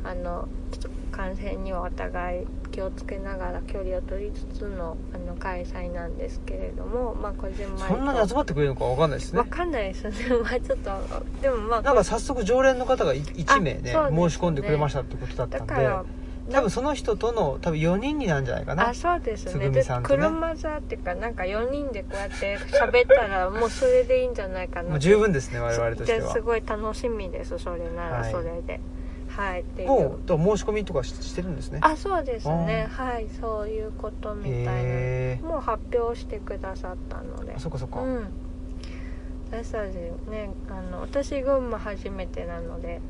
あのちょっと感染にはお互い気をつけながら距離を取りつつのあの開催なんですけれどもまあこじんまりそんなに集とまってくれるのかわかんないですねわかんないですねまあちょっとでもまあなんか早速常連の方が1名ねあそうですね申し込んでくれましたってことだっだたんでから多分その人との多分4人になるんじゃないかなあそうですつねぐみでさんとね車座っていうかなんか4人でこうやって喋ったらもうそれでいいんじゃないかもなう十分ですね我々としてではすごい楽しみですそれならはいそれではい、っていうもうだから申し込みとかししてるんですねあそうですねあはいそういうことみたいな、へもう発表してくださったのえであそっかそっか、うん私たちねあの私群馬初めてなので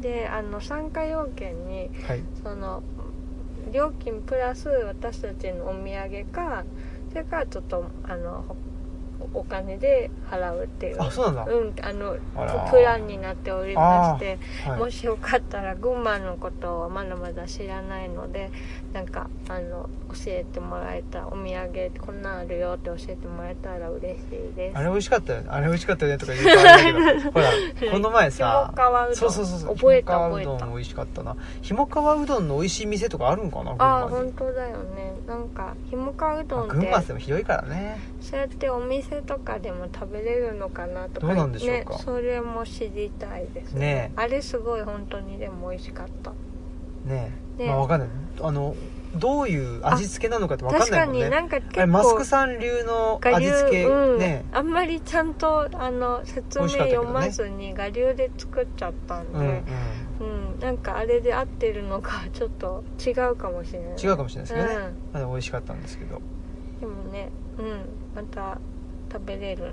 であの参加要件にはいその料金プラス私たちのお土産かそれからちょっとあのおお金で払うっていうあそうなんだ、うんあのあらプランになっておりましてはいもしよかったら群馬のことをまだまだ知らないのでなんかあの教えてもらえたお土産こんなんあるよって教えてもらえたら嬉しいであすれ美味しかったよねあれ美味しかったよねとか言うとあれだ *laughs* けどほらこの前さひもかわうどんそうそうそうそう覚えたひもかわう覚えどたん美味しかったなひもかわうどんの美味しい店とかあるんかなああ群馬本に当だよねなんかひもかうどん群って馬っても広いからねそうやってお店とかでも食べれるのかなとかどうなんでしょうねかそれも知りたいですねねあれすごい本当にでも美味しかったねえねまあわかんないあのどういう味付けなのかってわかん確なかいもんにねなんかあれ結マス構クさん流の我味流付け、うんねあんまりちゃんとあの説美明味しかったけどね読まずに我流で作っちゃったんうんうんで、うんなんかあれで合ってるのかちょっと違うかもしれない違うかもしれないですけどね、うまだ美味しかったんですけどん、でもね、うん、また食べれるの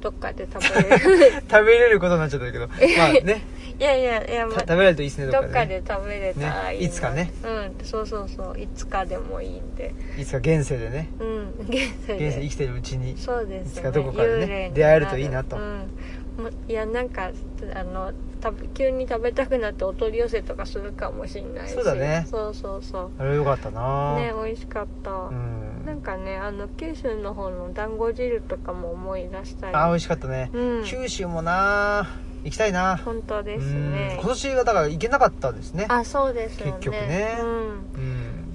どっかで食べ *laughs* れる食べれることになっちゃった *laughs* けどまあねいやいやいや、またあ食べられるといいですねどどっっかかで,、ね、で食べれたらいいな、ねいつかねうんそうそうそういつかでもいいんでいつか現世でねうん現世で現世生きてるうちにそうでいすつねかどこかでね幽霊に出会えるといいなとうん、もいやなんかあの食べ急に食べたくなってお取り寄せとかするかもしれないしそうだねそうそうそあれよかったうな、ね美味しかった、うんなんかねあの九州の方の団子汁とかも思い出したりあー美味しかったね、うん九州もな行きたいな本当うですんね今年はだから行けなかったですねあそうですよね結局ねううんん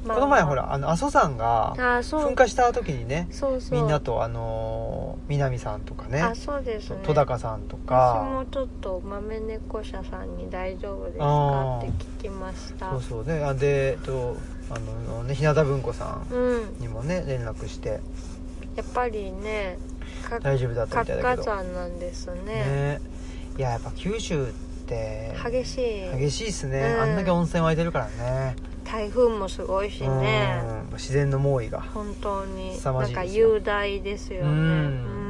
まあこの前ほらあの阿蘇山があそう噴火した時にねそうそうみんなとあのー南さんとかねあそうですね戸高さんと私かもちょっと豆猫社さんに大丈夫ですかって聞きましたそうそうねあでえっとあのね日向文庫さんうんにもね連絡してやっぱりねか大丈夫だったみたい活だ火けど山なんですねねいややっぱ九州って激しい激しいっすねうんあんだけ温泉湧いてるからね台風もすごいしねうん自然の猛威が本当に凄なまんじいかですよ雄大ですよねううんん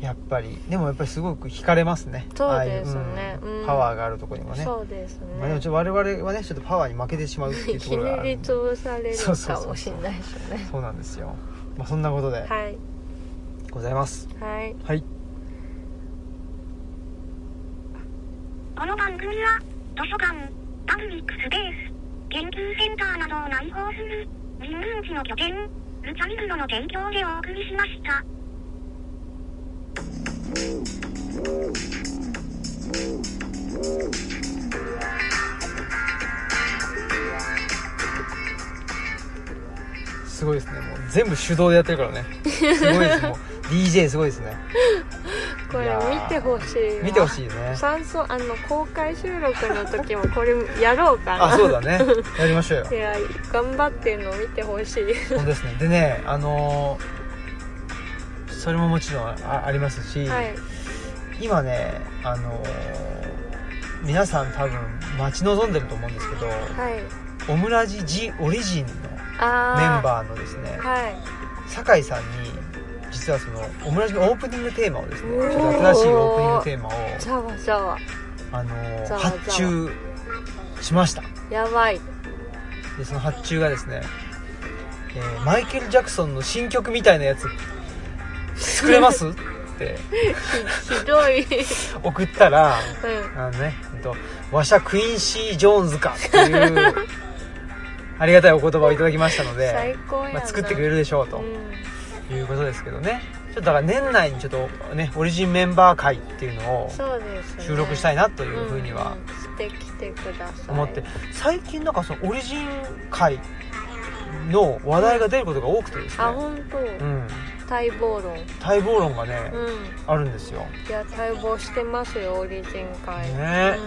やっぱりでもやっぱりすごく惹かれますねそうですねああいううんパワーがあるところにもねそうですまあ、でもねちょっと我々はねちょっとパワーに負けてしまうっていうとこひろがあ *laughs* ねるりんで潰されるそうそうそうかそうもしれないですねそうなんですよまあそんなことではいございますはいはいこの番組は、図書館、パブリックスペース、研究センターなどを内包する、人文地の拠点、ルチャリブロの提供でお送りしました。すごいですねもう全部手動でやってるからねすごいですもう DJ すごいですねこれ見てほしいわ見てほしいね酸素あの公開収録の時もこれやろうかなあそうだ *laughs* ねやりましょうよいや頑張ってるのを見てほしいそうですねでねあのーそれももちろんあありますし、はい今ねあのー皆さん多分待ち望んでると思うんですけど、はいオムラジジオリジンのメンあーバーのですねはい酒井さんに実はそのオムラジのオープニングテーマをですねちおょーっと新しいオープニングテーマを、ざわざわあのーざわざわ発注しましたやばいでその発注がですね、えーマイケル・ジャクソンの新曲みたいなやつ作れます *laughs* ってひひどいうん送ったらあのね、えっと、和社クインシー・ジョーンズかって *laughs* いうありがたいお言葉をいただきましたの最で、高やな、まあ、作ってくれるるでしょうということですけどねちょっとだから年内にちょっとねオリジンメンバー会っていうのをそうです、ね、収録したいなというふうにはんうんしてきてください思って最近なんかそのオリジン会の話題が出ることが多くてですねあ、本当、うん、待望論待望論がね、うんあるんですよいや待望してますよオリジン会ね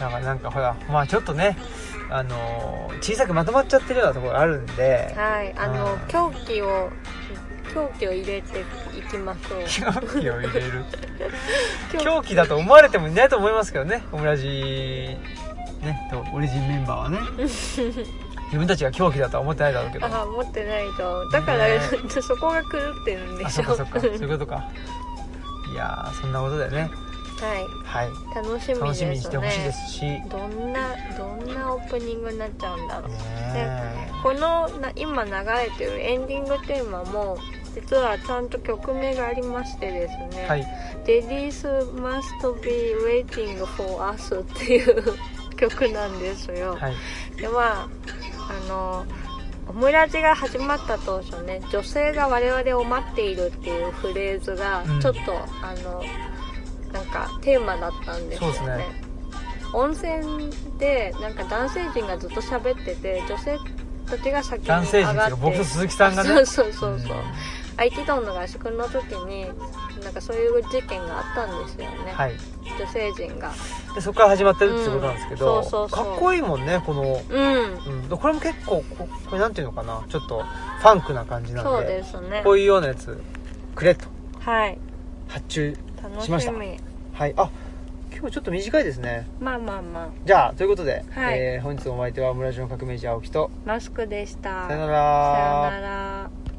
なんかなんかほらまあちょっとねあのー小さくまとまっちゃってるようなところがあるんでうん、はいあのうん狂気を狂気を入れていきましょう *laughs* 狂気を入れる狂気だと思われてもいないと思いますけどねオムラジねとオリジンメンバーは *laughs* ね自分たちが狂気だとは思ってないだろうけどああ持ってないとだから、ね *laughs* そこが狂ってるんでそしょっかそっかそうはいいうことかいやーそんなことでねはい楽しみですね楽しみにしてほしいですしねどんなどんなオープニングになっちゃうんだろう、えこのな今流れてるエンディングテーマも実はちゃんと曲名がありましてですね「はい Ladies Must Be Waiting for Us」っていう曲なんですよ、はいでまああのオムラジが始まった当初ね女性が我々を待っているっていうフレーズがうんちょっと、あのなんかテーマだったんですよねそうですね温泉でなんか男性陣がずっと喋ってて女性たちが先に上が男っ性陣っていてうか僕と鈴木さんがね *laughs* そうそうそうそう、ん合気道の合宿の時になんかそういう事件があったんですよね、はい女性陣がでそこから始まってるってことなんですけど、うんそうそうそうかっこいいもんねこの、うんうん、これも結構ここれなんていうのかなちょっとファンクな感じなんでそうですねこういうようなやつくれとはい発注楽しまししたみはいあ今日ちょっと短いですねまあまあまあじゃあということで、はいえー本日のお相手は村上の革命児青木とマスクでした。さよなさらよなら。